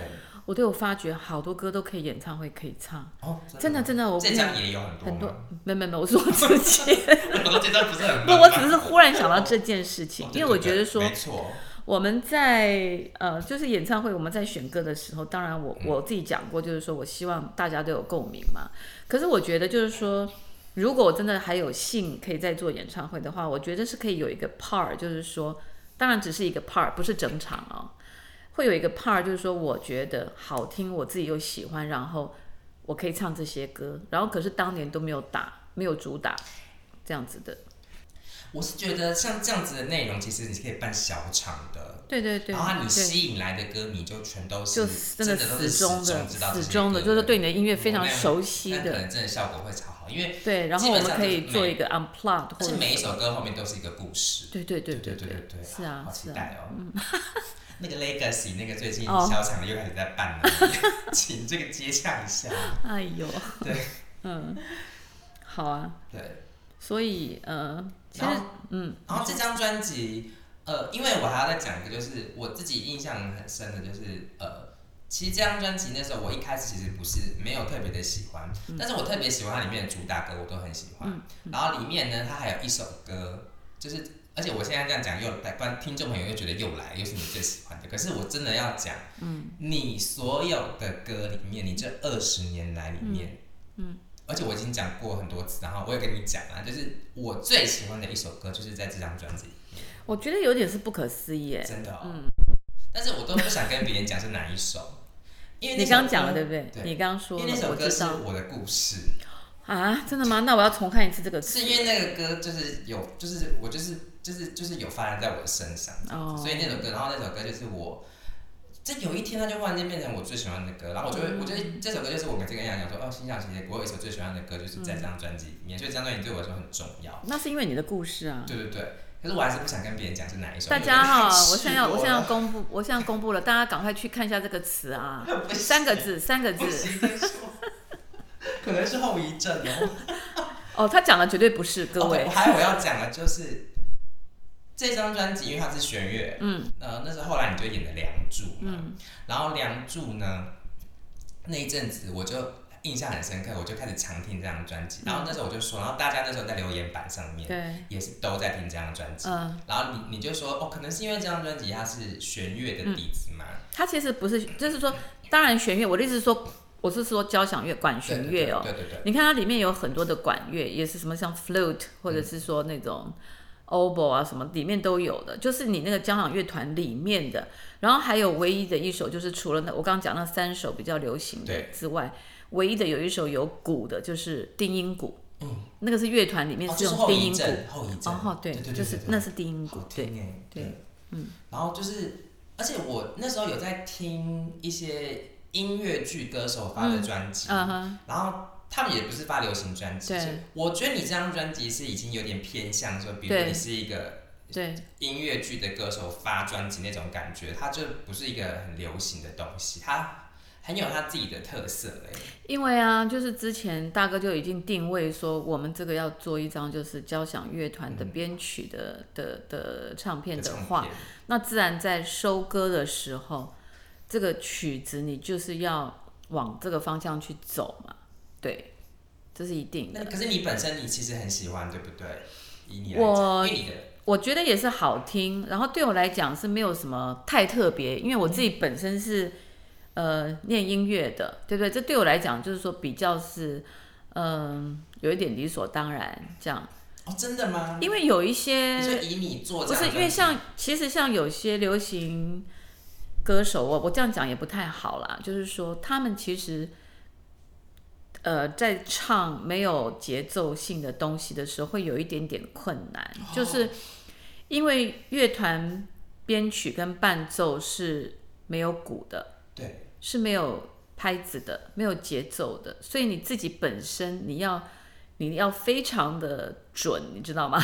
Speaker 1: 我都有发觉，好多歌都可以演唱会可以唱，
Speaker 2: 哦，
Speaker 1: 真的
Speaker 2: 吗
Speaker 1: 真的，我
Speaker 2: 这张也有很多
Speaker 1: 很多
Speaker 2: 吗，
Speaker 1: 没没没，我说我自己，
Speaker 2: 很多这张不是很
Speaker 1: 不，
Speaker 2: 棒
Speaker 1: 我
Speaker 2: 吗
Speaker 1: 只是忽然想到这件事情
Speaker 2: 哦，对
Speaker 1: 因为我
Speaker 2: 对对
Speaker 1: 觉得说
Speaker 2: 没错，
Speaker 1: 我们在呃，就是演唱会我们在选歌的时候，当然我
Speaker 2: 嗯
Speaker 1: 我自己讲过，就是说我希望大家都有共鸣嘛。可是我觉得就是说，如果我真的还有幸可以再做演唱会的话，我觉得是可以有一个 part，就是说，当然只是一个 part，不是整场哦，会有一个 part，就是说我觉得好听，我自己又喜欢，然后我可以唱这些歌，然后可是当年都没有打，没有主打这样子的。
Speaker 2: 我是觉得像这样子的内容，其实你是可以办小场的，
Speaker 1: 对对对，
Speaker 2: 然后你
Speaker 1: 对
Speaker 2: 吸引来的歌迷就全都
Speaker 1: 就是真的
Speaker 2: 都
Speaker 1: 死
Speaker 2: 是始
Speaker 1: 忠的、
Speaker 2: 知道这
Speaker 1: 死
Speaker 2: 些
Speaker 1: 忠的，
Speaker 2: 歌
Speaker 1: 就是对你的音乐非常熟悉
Speaker 2: 但可
Speaker 1: 的。
Speaker 2: 能真的效果会超好，因为
Speaker 1: 对，然后我们可以做一个 unplugged 或
Speaker 2: 而且
Speaker 1: 者
Speaker 2: 每一首歌后面都是一个故事。
Speaker 1: 对对对
Speaker 2: 对
Speaker 1: 对
Speaker 2: 对对，
Speaker 1: 是啊
Speaker 2: 好期
Speaker 1: 是啊，
Speaker 2: 待哦。 那个 Legacy 那个最近
Speaker 1: 哦
Speaker 2: 小厂又开始在办了， 请这个接洽一下。
Speaker 1: 哎呦，
Speaker 2: 对，
Speaker 1: 嗯，好啊，
Speaker 2: 对，
Speaker 1: 所以呃，其实
Speaker 2: 然后
Speaker 1: 嗯
Speaker 2: 然后这张专辑，呃，因为我还要再讲一个，就是我自己印象很深的，就是呃，其实这张专辑那时候我一开始其实不是没有特别的喜欢，
Speaker 1: 嗯
Speaker 2: 但是我特别喜欢它里面的主打歌，我都很喜欢。然后里面呢，它还有一首歌，就是而且我现在这样讲又来，不然听众朋友又觉得又来，又是你最喜欢的。可是我真的要讲，
Speaker 1: 嗯
Speaker 2: 你所有的歌里面，你这二十年来里
Speaker 1: 嗯
Speaker 2: 面，而且我已经讲过很多次，然后我也跟你讲啊，就是我最喜欢的一首歌，就是在这张专辑里面。
Speaker 1: 我觉得有点是不可思议哎。
Speaker 2: 真的、哦，但是我都不想跟别人讲是哪一首，因为那
Speaker 1: 你
Speaker 2: 首
Speaker 1: 刚讲了
Speaker 2: 歌
Speaker 1: 对不对？
Speaker 2: 对
Speaker 1: 你刚说
Speaker 2: 因
Speaker 1: 了
Speaker 2: 为那，首
Speaker 1: 我
Speaker 2: 歌
Speaker 1: 知
Speaker 2: 是
Speaker 1: 道
Speaker 2: 我的故事，
Speaker 1: 啊，真的吗？那我要重看一次这个
Speaker 2: 是因为那个歌就是有，就是我就是就是就是有发生在我的身上，
Speaker 1: 哦，
Speaker 2: 所以那首歌，然后那首歌就是我，这有一天它就忽然间变成我最喜欢的歌，然后
Speaker 1: 嗯
Speaker 2: 我就会，我觉得这首歌就是我每次跟人家讲说，哦，新小琪我有一首最喜欢的歌就是在这张专辑里
Speaker 1: 嗯
Speaker 2: 面，所以这张专辑对我来说很重要，
Speaker 1: 那是因为你的故事啊。
Speaker 2: 对对对，可是我还是不想跟别人讲是哪一首，
Speaker 1: 大家哈，我现
Speaker 2: 因
Speaker 1: 在要
Speaker 2: 为太
Speaker 1: 我现在
Speaker 2: 赤裸
Speaker 1: 要
Speaker 2: 了，
Speaker 1: 公布，我现在要公布了，大家赶快去看一下这个词啊
Speaker 2: 不行
Speaker 1: 三个字，三个
Speaker 2: 不
Speaker 1: 字。
Speaker 2: 行，再说可能是后遗症哦。
Speaker 1: 哦，他讲的绝对不是，各
Speaker 2: 哦对
Speaker 1: 位
Speaker 2: 我。还有我要讲的就是这张专辑，因为它是弦乐，嗯，呃，那是后来你就演的《梁祝》嘛，
Speaker 1: 嗯
Speaker 2: 然后《梁祝》呢，那一阵子我就印象很深刻，我就开始常听这张专辑，然后那时候我就说，然后大家那时候在留言板上面
Speaker 1: 嗯对，
Speaker 2: 也是都在听这张专辑，
Speaker 1: 嗯，
Speaker 2: 然后你你就说，哦，可能是因为这张专辑它是弦
Speaker 1: 嗯
Speaker 2: 乐的底子嘛，
Speaker 1: 他其实不是，就是说，当然弦乐，我的意思是说，我是说交响乐、管
Speaker 2: 对
Speaker 1: 弦乐哦。
Speaker 2: 对对对对，
Speaker 1: 你看它里面有很多的管乐，也是什么像 flute 或者是说那种 oboe 啊什么，里面都有的，就是你那个交响乐团里面的。然后还有唯一的一首，就是除了那我刚刚讲那三首比较流行的
Speaker 2: 对
Speaker 1: 之外，唯一的有一首有鼓的，就是定音鼓。
Speaker 2: 嗯，
Speaker 1: 那个是乐团里面
Speaker 2: 哦，
Speaker 1: 是
Speaker 2: 就是
Speaker 1: 用
Speaker 2: 后
Speaker 1: 定
Speaker 2: 遗
Speaker 1: 音鼓。
Speaker 2: 症，后遗症，
Speaker 1: 哦，
Speaker 2: 对对对，
Speaker 1: 就是
Speaker 2: 对
Speaker 1: 那是定音鼓
Speaker 2: 好，
Speaker 1: 对。
Speaker 2: 听哎，
Speaker 1: 对，
Speaker 2: 嗯，然后就是，而且我那时候有在听一些音乐剧歌手发的专辑，
Speaker 1: 嗯哼，
Speaker 2: 然后他们也不是发流行专辑
Speaker 1: 对，
Speaker 2: 是我觉得你这张专辑是已经有点偏向说，比如说
Speaker 1: 对
Speaker 2: 你是一个
Speaker 1: 对，
Speaker 2: 音乐剧的歌手发专辑那种感觉，它就不是一个很流行的东西，它很有它自己的特色哎、
Speaker 1: 因为啊，就是之前大哥就已经定位说，我们这个要做一张就是交响乐团的
Speaker 2: 嗯
Speaker 1: 编曲的、的的唱片
Speaker 2: 的
Speaker 1: 的
Speaker 2: 唱
Speaker 1: 话，
Speaker 2: 片
Speaker 1: 那自然在收歌的时候，这个曲子你就是要往这个方向去走嘛，对，这是一定
Speaker 2: 那
Speaker 1: 的。
Speaker 2: 可是你本身你其实很喜欢，对不对？以你来
Speaker 1: 我
Speaker 2: 讲，因为你的
Speaker 1: 我觉得也是好听，然后对我来讲是没有什么太特别，因为我自己本身是呃念音乐的，对不对？这对我来讲就是说比较是嗯、有一点理所当然这样，
Speaker 2: 哦，真的吗？
Speaker 1: 因为有一
Speaker 2: 你说
Speaker 1: 些
Speaker 2: 以你做
Speaker 1: 不
Speaker 2: 这样
Speaker 1: 是
Speaker 2: 的
Speaker 1: 因为像其实像有些流行歌手，我我这样讲也不太好啦，就是说他们其实。呃，在唱没有节奏性的东西的时候，会有一点点困难，就是因为乐团编曲跟伴奏是没有鼓的，
Speaker 2: 对，
Speaker 1: 是没有拍子的，没有节奏的，所以你自己本身你要你要非常的准，你知道吗？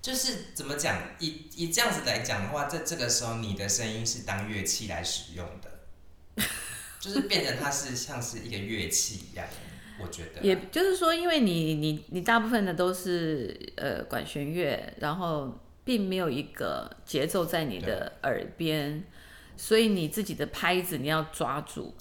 Speaker 2: 就是怎么讲，以以这样子来讲的话，在这个时候，你的声音是当乐器来使用 的，就是变成它是像是一个乐器一样，我觉得
Speaker 1: 也就是说，因为你你你大部分的都是呃管弦乐，然后并没有一个节奏在你的耳边，所以你自己的拍子你要抓住，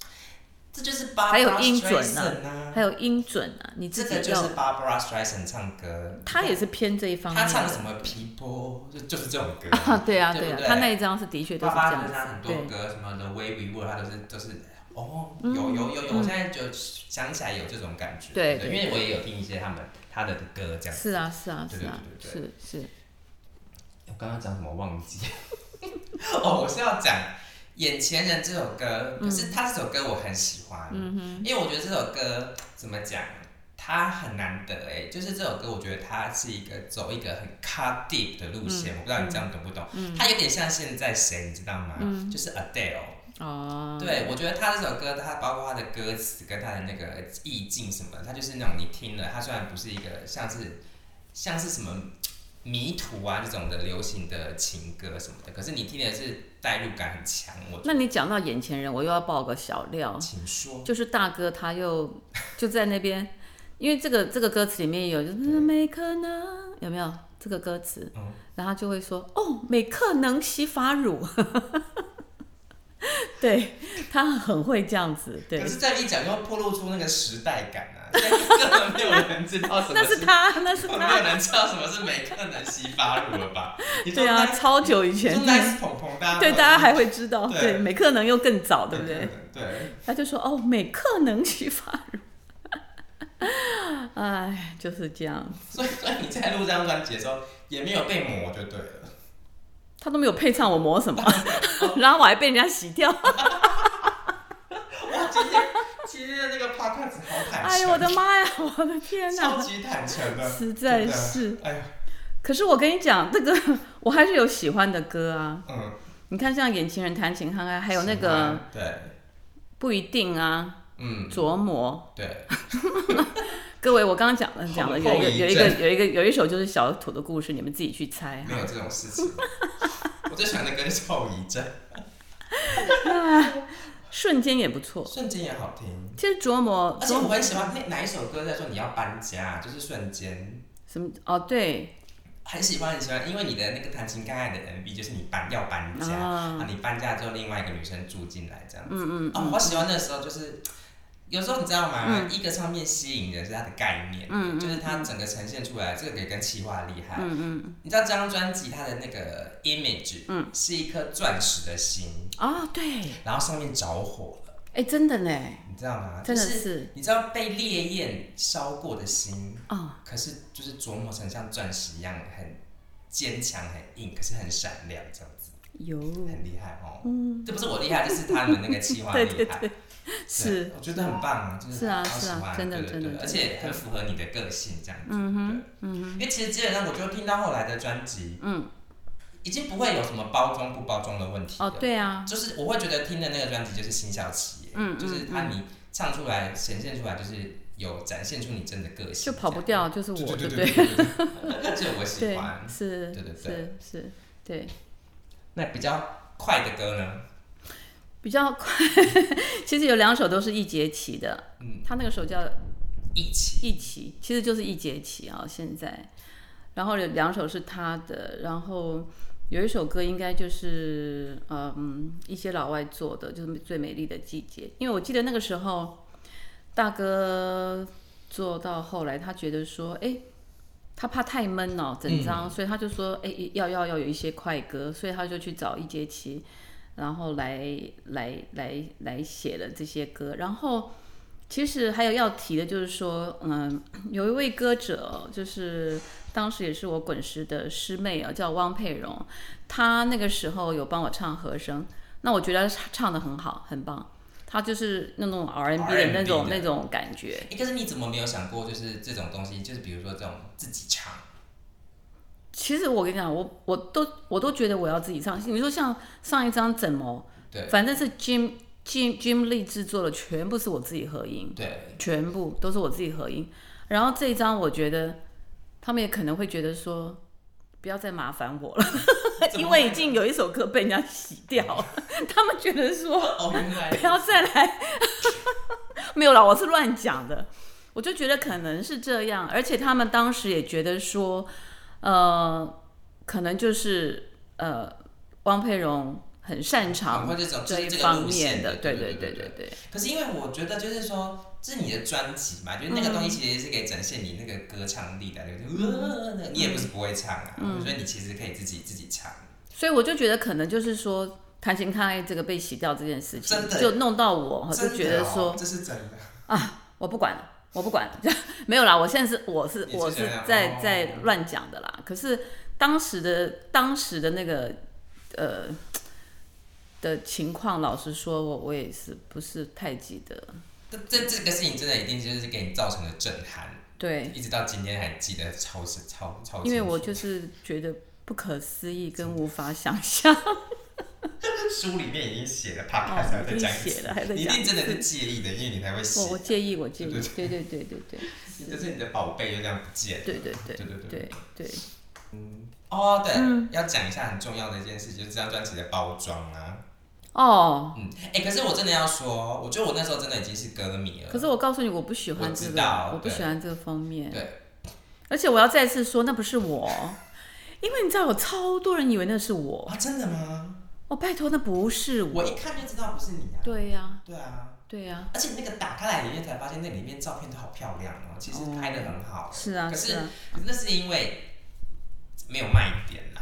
Speaker 2: 这就是巴
Speaker 1: 还有音准
Speaker 2: 啊，
Speaker 1: 还有音准啊，你
Speaker 2: 这
Speaker 1: 自己
Speaker 2: 个
Speaker 1: 要。
Speaker 2: 就是 Barbara Streisand 唱歌，
Speaker 1: 他也是偏这一方面
Speaker 2: 他
Speaker 1: 的。
Speaker 2: 唱什么 People 就就是这种歌。
Speaker 1: 啊，对啊，
Speaker 2: 对不
Speaker 1: 对啊，
Speaker 2: 对
Speaker 1: 他那一张是的确都
Speaker 2: 爸
Speaker 1: 是这样
Speaker 2: 爸跟
Speaker 1: 子
Speaker 2: 他很，多
Speaker 1: 对，
Speaker 2: 歌，什么 The Way We Were，他都是都是哦，有有有有，我现在就想起来有这种感
Speaker 1: 嗯
Speaker 2: 觉，
Speaker 1: 对
Speaker 2: 因为我也有听一些他们他的歌这样。
Speaker 1: 是啊，是啊，
Speaker 2: 对
Speaker 1: 是啊，
Speaker 2: 对对
Speaker 1: 是是，
Speaker 2: 我刚刚讲什么忘记？ 哦，我是要讲《眼前人》这首歌，可
Speaker 1: 嗯
Speaker 2: 是他这首歌我很喜欢，因为我觉得这首歌怎么讲，它很难得哎、就是这首歌，我觉得它是一个走一个很 cut deep 的路线，我不知道你这样懂不懂？它有点像现在谁，你知道吗？就是 Adele。
Speaker 1: 哦，
Speaker 2: 对，我觉得他这首歌，它包括他的歌词跟他的那个意境什么的，它就是那种你听了，它虽然不是一个像是像是什么迷途啊这种的流行的情歌什么的，可是你听的是代入感很强。我觉
Speaker 1: 那
Speaker 2: 得
Speaker 1: 你讲到眼前人，我又要爆个小料，
Speaker 2: 请说，
Speaker 1: 就是大哥他又就在那边，因为这个这个歌词里面有就是没可能有没有这个歌词，
Speaker 2: 嗯
Speaker 1: 然后他就 会说哦，美克能洗发乳，对他很会这样子，对
Speaker 2: 可。是这样一讲，就会暴露出那个时代感啊！现在根本没有人知道什么
Speaker 1: 那是他，那是
Speaker 2: 根本没有
Speaker 1: 他，
Speaker 2: 人知道什么是美克南西发乳了吧？你说
Speaker 1: 对啊，
Speaker 2: nice-
Speaker 1: 超久以
Speaker 2: 你
Speaker 1: 前
Speaker 2: 说，nice 蓬蓬，大家
Speaker 1: 对，
Speaker 2: 都
Speaker 1: 大家还会知道，
Speaker 2: 对
Speaker 1: 对，美克能又更早，对不
Speaker 2: 对
Speaker 1: 对？
Speaker 2: 对对
Speaker 1: 他就说哦，美克能洗发乳， 哎，就是这样，
Speaker 2: 所以所以你在录这张专辑的时候，也没有被磨就对了。
Speaker 1: 他都没有配唱，我磨什么？
Speaker 2: 哦
Speaker 1: 然后我还被人家洗掉，
Speaker 2: 哇，今天今天的那个 podcast 好坦诚，
Speaker 1: 哎呦我的妈呀，我的天
Speaker 2: 超
Speaker 1: 哪！
Speaker 2: 级坦诚的，
Speaker 1: 实在
Speaker 2: 真的
Speaker 1: 是。
Speaker 2: 哎呀，
Speaker 1: 可是我跟你讲，这个 我还是有喜欢的歌啊。
Speaker 2: 嗯，
Speaker 1: 你看，像《眼情人弹琴看看》，还有那
Speaker 2: 喜
Speaker 1: 个
Speaker 2: 欢对，
Speaker 1: 不一定啊，
Speaker 2: 嗯，
Speaker 1: 琢磨。
Speaker 2: 对，
Speaker 1: 各位，我刚刚讲了讲了有一个
Speaker 2: 后遗
Speaker 1: 有一个有一个有一首就是小土的故事，你们自己去猜。啊
Speaker 2: 没有这种 事情。我最喜欢的歌就是后遗症，
Speaker 1: 瞬间也不错。
Speaker 2: 瞬间也好听。
Speaker 1: 其实琢磨
Speaker 2: 而且
Speaker 1: 琢
Speaker 2: 我
Speaker 1: 磨
Speaker 2: 很喜欢那哪一首歌在说你要搬家，啊就是瞬间，
Speaker 1: 什么哦对
Speaker 2: 很喜欢很喜欢，因为你的那个弹琴刚爱的 MV 就是你搬要搬家，
Speaker 1: 啊
Speaker 2: 啊，你搬家之后另外一个女生住进来这样子。嗯嗯哦，我喜欢那时候就是，有时候你知道吗？一个唱片吸引人是它的概念，
Speaker 1: 嗯嗯嗯
Speaker 2: 就是它整个呈现出来，这个也跟企划厉害。
Speaker 1: 嗯嗯
Speaker 2: 你知道这张专辑它的那个 image，
Speaker 1: 嗯
Speaker 2: 是一颗钻石的心，
Speaker 1: 啊对，
Speaker 2: 然后上面着火了，
Speaker 1: 哎真的呢，
Speaker 2: 你知道吗？
Speaker 1: 真的
Speaker 2: 就是你知道被烈焰烧过的心，
Speaker 1: 啊
Speaker 2: 可是就是琢磨成像钻石一样很坚强、很硬，可是很闪亮这样子，
Speaker 1: 有
Speaker 2: 很厉害哦。嗯，这不是我厉害，这是他们那个 企划厉
Speaker 1: 对
Speaker 2: 害。
Speaker 1: 对对是。
Speaker 2: 我觉得很棒，就是
Speaker 1: 是啊
Speaker 2: 好喜
Speaker 1: 是啊
Speaker 2: 欢，
Speaker 1: 真的
Speaker 2: 对对
Speaker 1: 真的
Speaker 2: 对
Speaker 1: 真
Speaker 2: 而
Speaker 1: 的
Speaker 2: 且很符合你的个性这样子。嗯哼，嗯哼。因为其实基本上，我就听到后来的专辑，
Speaker 1: 嗯，
Speaker 2: 已经不会有什么包装不包装的问题
Speaker 1: 哦
Speaker 2: 了。
Speaker 1: 对啊，
Speaker 2: 就是我会觉得听的那个专辑就是辛晓琪耶，
Speaker 1: 嗯
Speaker 2: 就是
Speaker 1: 嗯
Speaker 2: 他
Speaker 1: 嗯
Speaker 2: 你唱出来、显现出来，就是有展现出你真的个性，
Speaker 1: 就跑不掉，就是
Speaker 2: 这样。
Speaker 1: 我，
Speaker 2: 对
Speaker 1: 对不
Speaker 2: 对
Speaker 1: 对？
Speaker 2: 对对，这我 喜
Speaker 1: 对
Speaker 2: 欢，。
Speaker 1: 是
Speaker 2: 对对
Speaker 1: 是是，对，
Speaker 2: 那比较快的歌呢？
Speaker 1: 比较快。 其实有两首都是一节棋的，
Speaker 2: 嗯，
Speaker 1: 他那个首叫
Speaker 2: 一起
Speaker 1: 一期，其实就是一节棋啊。现在，然后有两首是他的，然后有一首歌应该就是嗯一些老外做的，就是最美丽的季节。因为我记得那个时候，大哥做到后来，他觉得说，哎。他怕太闷哦，整张，所以他就说，哎、要要要有一些快歌，所以他就去找一节棋，然后来来来来写了这些歌。然后其实还有要提的就是说，嗯，有一位歌者，就是当时也是我滚石的师妹啊，叫汪佩蓉，她那个时候有帮我唱和声，那我觉得她唱的很好，很棒。她就是那种 R N B 的那种
Speaker 2: R&B 的
Speaker 1: 那种感觉，
Speaker 2: 诶可是你怎么没有想过，就是这种东西，就是比如说这种自己唱，
Speaker 1: 其实我跟你讲，我我都我都觉得我要自己唱。你说像上一张怎么，
Speaker 2: 对
Speaker 1: 反正是 Jim Jim Jim Lee 制作的，全部是我自己合音，
Speaker 2: 对，
Speaker 1: 全部都是我自己合音。然后这一张，我觉得他们也可能会觉得说，不要再麻烦我了，
Speaker 2: 嗯 怎么
Speaker 1: 因
Speaker 2: 会
Speaker 1: 为已经有一首歌被人家洗掉 了，他们觉得说，
Speaker 2: 哦，原来
Speaker 1: 不要再来， 没有啦，我是乱讲的。我就觉得可能是这样，而且他们当时也觉得说，呃，可能就是呃，汪佩蓉很擅
Speaker 2: 好，
Speaker 1: 长
Speaker 2: 哦或者这种
Speaker 1: 这
Speaker 2: 就啊是
Speaker 1: 一
Speaker 2: 这个
Speaker 1: 方
Speaker 2: 路
Speaker 1: 面
Speaker 2: 线
Speaker 1: 的，
Speaker 2: 对
Speaker 1: 对对
Speaker 2: 对
Speaker 1: 对对对，
Speaker 2: 可是因为我觉得就是说，这是你的专辑嘛，就是那个东西其实是可以展现你那个歌唱力的，
Speaker 1: 嗯
Speaker 2: 就是呃，那你也不是不会唱啊，所以你其实可以自己自己唱。
Speaker 1: 所以我就觉得可能就是说，《弹琴看爱》这个被洗掉这件事情
Speaker 2: 真，的
Speaker 1: 就弄到我，我
Speaker 2: 真
Speaker 1: 就
Speaker 2: 的
Speaker 1: 觉得
Speaker 2: 哦
Speaker 1: 说，
Speaker 2: 这是真的，
Speaker 1: 我不管了，我不管了， 没有啦，我现在是我是
Speaker 2: 你是
Speaker 1: 我是
Speaker 2: 这样
Speaker 1: 在
Speaker 2: 哦
Speaker 1: 在乱讲的啦。可是当时的当时的那个呃的情况，老实说，我我也是不是太记得。
Speaker 2: 这这这个事情真的一定就是给你造成了震撼，
Speaker 1: 对，
Speaker 2: 一直到今天还记得超是超超清楚。
Speaker 1: 因为我就是觉得不可思议跟无法想象，
Speaker 2: 书里面已经写了
Speaker 1: 哦
Speaker 2: ，podcast 还在
Speaker 1: 已
Speaker 2: 讲
Speaker 1: 经
Speaker 2: 一次
Speaker 1: 写了还在
Speaker 2: 你一
Speaker 1: 讲
Speaker 2: 定
Speaker 1: 一
Speaker 2: 真的
Speaker 1: 次
Speaker 2: 是介意的，因为你才会写
Speaker 1: 我，我介意，我介意，
Speaker 2: 对
Speaker 1: 对对对对对
Speaker 2: 这是你的宝贝就这样不见了。
Speaker 1: 对对对
Speaker 2: 对对对
Speaker 1: 对对，
Speaker 2: 哦，对，
Speaker 1: 嗯
Speaker 2: 要讲一下很重要的一件事，就是这张专辑的包装啊。
Speaker 1: 哦。
Speaker 2: 嗯，哎、可是我真的要说，哦我觉得我那时候真的已经是歌迷了。
Speaker 1: 可是我告诉你，我不喜欢
Speaker 2: 我知
Speaker 1: 这
Speaker 2: 道
Speaker 1: 个，我不
Speaker 2: 对
Speaker 1: 喜欢这个封面。
Speaker 2: 对，
Speaker 1: 而且我要再次说，那不是我，因为你知道有超多人以为那是我，
Speaker 2: 啊，真的吗？
Speaker 1: 哦，拜托，那不是
Speaker 2: 我一看就知道不是你啊。
Speaker 1: 对呀、
Speaker 2: 对啊，
Speaker 1: 对呀、
Speaker 2: 而且那个打开来里面才发现，那里面照片都好漂亮哦，其实拍的很好。
Speaker 1: 是啊，
Speaker 2: 可
Speaker 1: 是
Speaker 2: 是
Speaker 1: 啊，
Speaker 2: 可是那是因为没有卖点啦。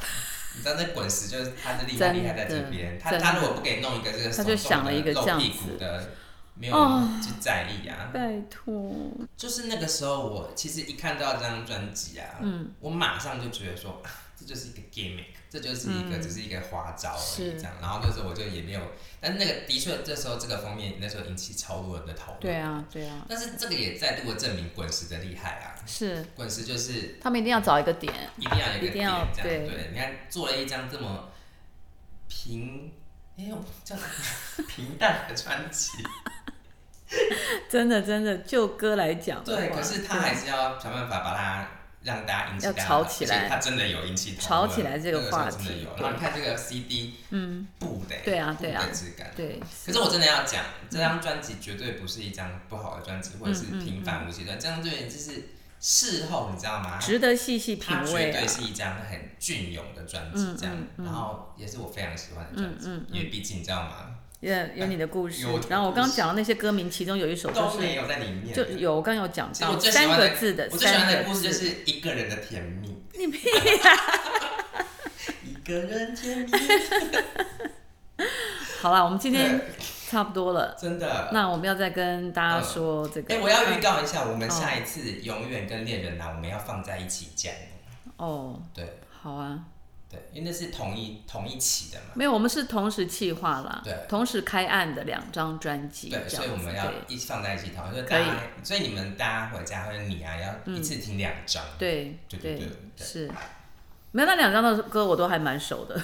Speaker 2: 你知道那滚石就是他的厉害
Speaker 1: 真
Speaker 2: 厉
Speaker 1: 的
Speaker 2: 害在这边，他
Speaker 1: 真的
Speaker 2: 他如果不给弄一个这个
Speaker 1: 他就想了一个
Speaker 2: 手
Speaker 1: 这
Speaker 2: 动的
Speaker 1: 样
Speaker 2: 露
Speaker 1: 子
Speaker 2: 屁股的，没有
Speaker 1: 哦
Speaker 2: 人去在意啊。
Speaker 1: 拜托，
Speaker 2: 就是那个时候，我其实一看到这张专辑啊，
Speaker 1: 嗯，
Speaker 2: 我马上就觉得说，啊，这就是一个 gimmick，这就是一个、
Speaker 1: 嗯
Speaker 2: 只是一个花招而已
Speaker 1: 是
Speaker 2: 这样。然后那时候我就也没有，但是那个的确这时候这个封面那时候引起超多人的讨论，
Speaker 1: 对。啊，对啊，
Speaker 2: 但是这个也再度的证明滚石的厉害啊，
Speaker 1: 是
Speaker 2: 滚石就是
Speaker 1: 他们一定要找一个点，
Speaker 2: 一定要有一
Speaker 1: 一
Speaker 2: 个
Speaker 1: 定
Speaker 2: 点，
Speaker 1: 要
Speaker 2: 这样
Speaker 1: 对
Speaker 2: 你看做了一张这么平，哎、呦，叫什么 平淡的专辑，
Speaker 1: 真的真的，就歌来讲的
Speaker 2: 对，
Speaker 1: 话
Speaker 2: 可是他
Speaker 1: 对啊
Speaker 2: 还是要想办法把它让大家引起
Speaker 1: 要
Speaker 2: 大家
Speaker 1: 吵
Speaker 2: 讨
Speaker 1: 起
Speaker 2: 论
Speaker 1: 来
Speaker 2: 他真的有引起讨
Speaker 1: 吵
Speaker 2: 论
Speaker 1: 起来这个
Speaker 2: 那时候
Speaker 1: 话
Speaker 2: 真的
Speaker 1: 题
Speaker 2: 有。
Speaker 1: 对
Speaker 2: 然后你看这个 CD
Speaker 1: 嗯，
Speaker 2: 布的，
Speaker 1: 对啊
Speaker 2: 布
Speaker 1: 对啊
Speaker 2: 的质感。
Speaker 1: 对，
Speaker 2: 可是我真的要讲，这张专辑绝对不是一张不好的专辑，或者是
Speaker 1: 嗯嗯
Speaker 2: 平凡无奇的专辑。这张专辑就是事后，你知道吗？
Speaker 1: 值得细细品
Speaker 2: 它绝
Speaker 1: 味啊
Speaker 2: 对，是一张很隽永的专辑，这样，
Speaker 1: 嗯嗯嗯
Speaker 2: 然后也是我非常喜欢的专辑，
Speaker 1: 嗯嗯嗯
Speaker 2: 因为毕竟你知道吗，
Speaker 1: 也有你的故事
Speaker 2: 有我的。
Speaker 1: 然后我刚
Speaker 2: 故事
Speaker 1: 讲的那些歌名，其中有一首就
Speaker 2: 都没
Speaker 1: 是
Speaker 2: 有在里面。
Speaker 1: 就有我刚有讲
Speaker 2: 其实
Speaker 1: 到
Speaker 2: 我最喜
Speaker 1: 三
Speaker 2: 欢
Speaker 1: 个
Speaker 2: 的
Speaker 1: 字的，
Speaker 2: 我最喜欢
Speaker 1: 三
Speaker 2: 的
Speaker 1: 个
Speaker 2: 故事就
Speaker 1: 字，
Speaker 2: 是一个人的甜蜜，
Speaker 1: 你屁
Speaker 2: 一个人甜蜜，
Speaker 1: 好啦，我们 今天
Speaker 2: 对
Speaker 1: 差不多了，
Speaker 2: 真的。
Speaker 1: 那我们要再跟大家说这个。嗯
Speaker 2: 哎，我要预告一下，我们下一次《永远跟恋人》啊，我们要放在一起讲，
Speaker 1: 哦，
Speaker 2: 对
Speaker 1: 好啊，
Speaker 2: 对，因为那是同一同一期的嘛，
Speaker 1: 没有，我们是同时企划啦，
Speaker 2: 对
Speaker 1: 同时开案的两张专辑，
Speaker 2: 对，
Speaker 1: 这
Speaker 2: 所以我
Speaker 1: 样子
Speaker 2: 们要
Speaker 1: 对
Speaker 2: 一起放在一起讨论，所以
Speaker 1: 可
Speaker 2: 大
Speaker 1: 以嗯
Speaker 2: 家，所以你们大家回家或者你啊，要一次听两张，
Speaker 1: 对
Speaker 2: 对对对对
Speaker 1: 是。没有那两张的歌我都还蛮熟的，
Speaker 2: 为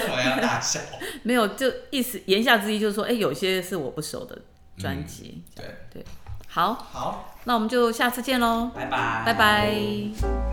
Speaker 2: 什么要大笑？
Speaker 1: 没有就意思言下之意就是说，哎，有些是我不熟的
Speaker 2: 嗯
Speaker 1: 专辑。
Speaker 2: 对，
Speaker 1: 好，
Speaker 2: 好，
Speaker 1: 那我们就下次见喽，
Speaker 2: 拜拜，
Speaker 1: 拜拜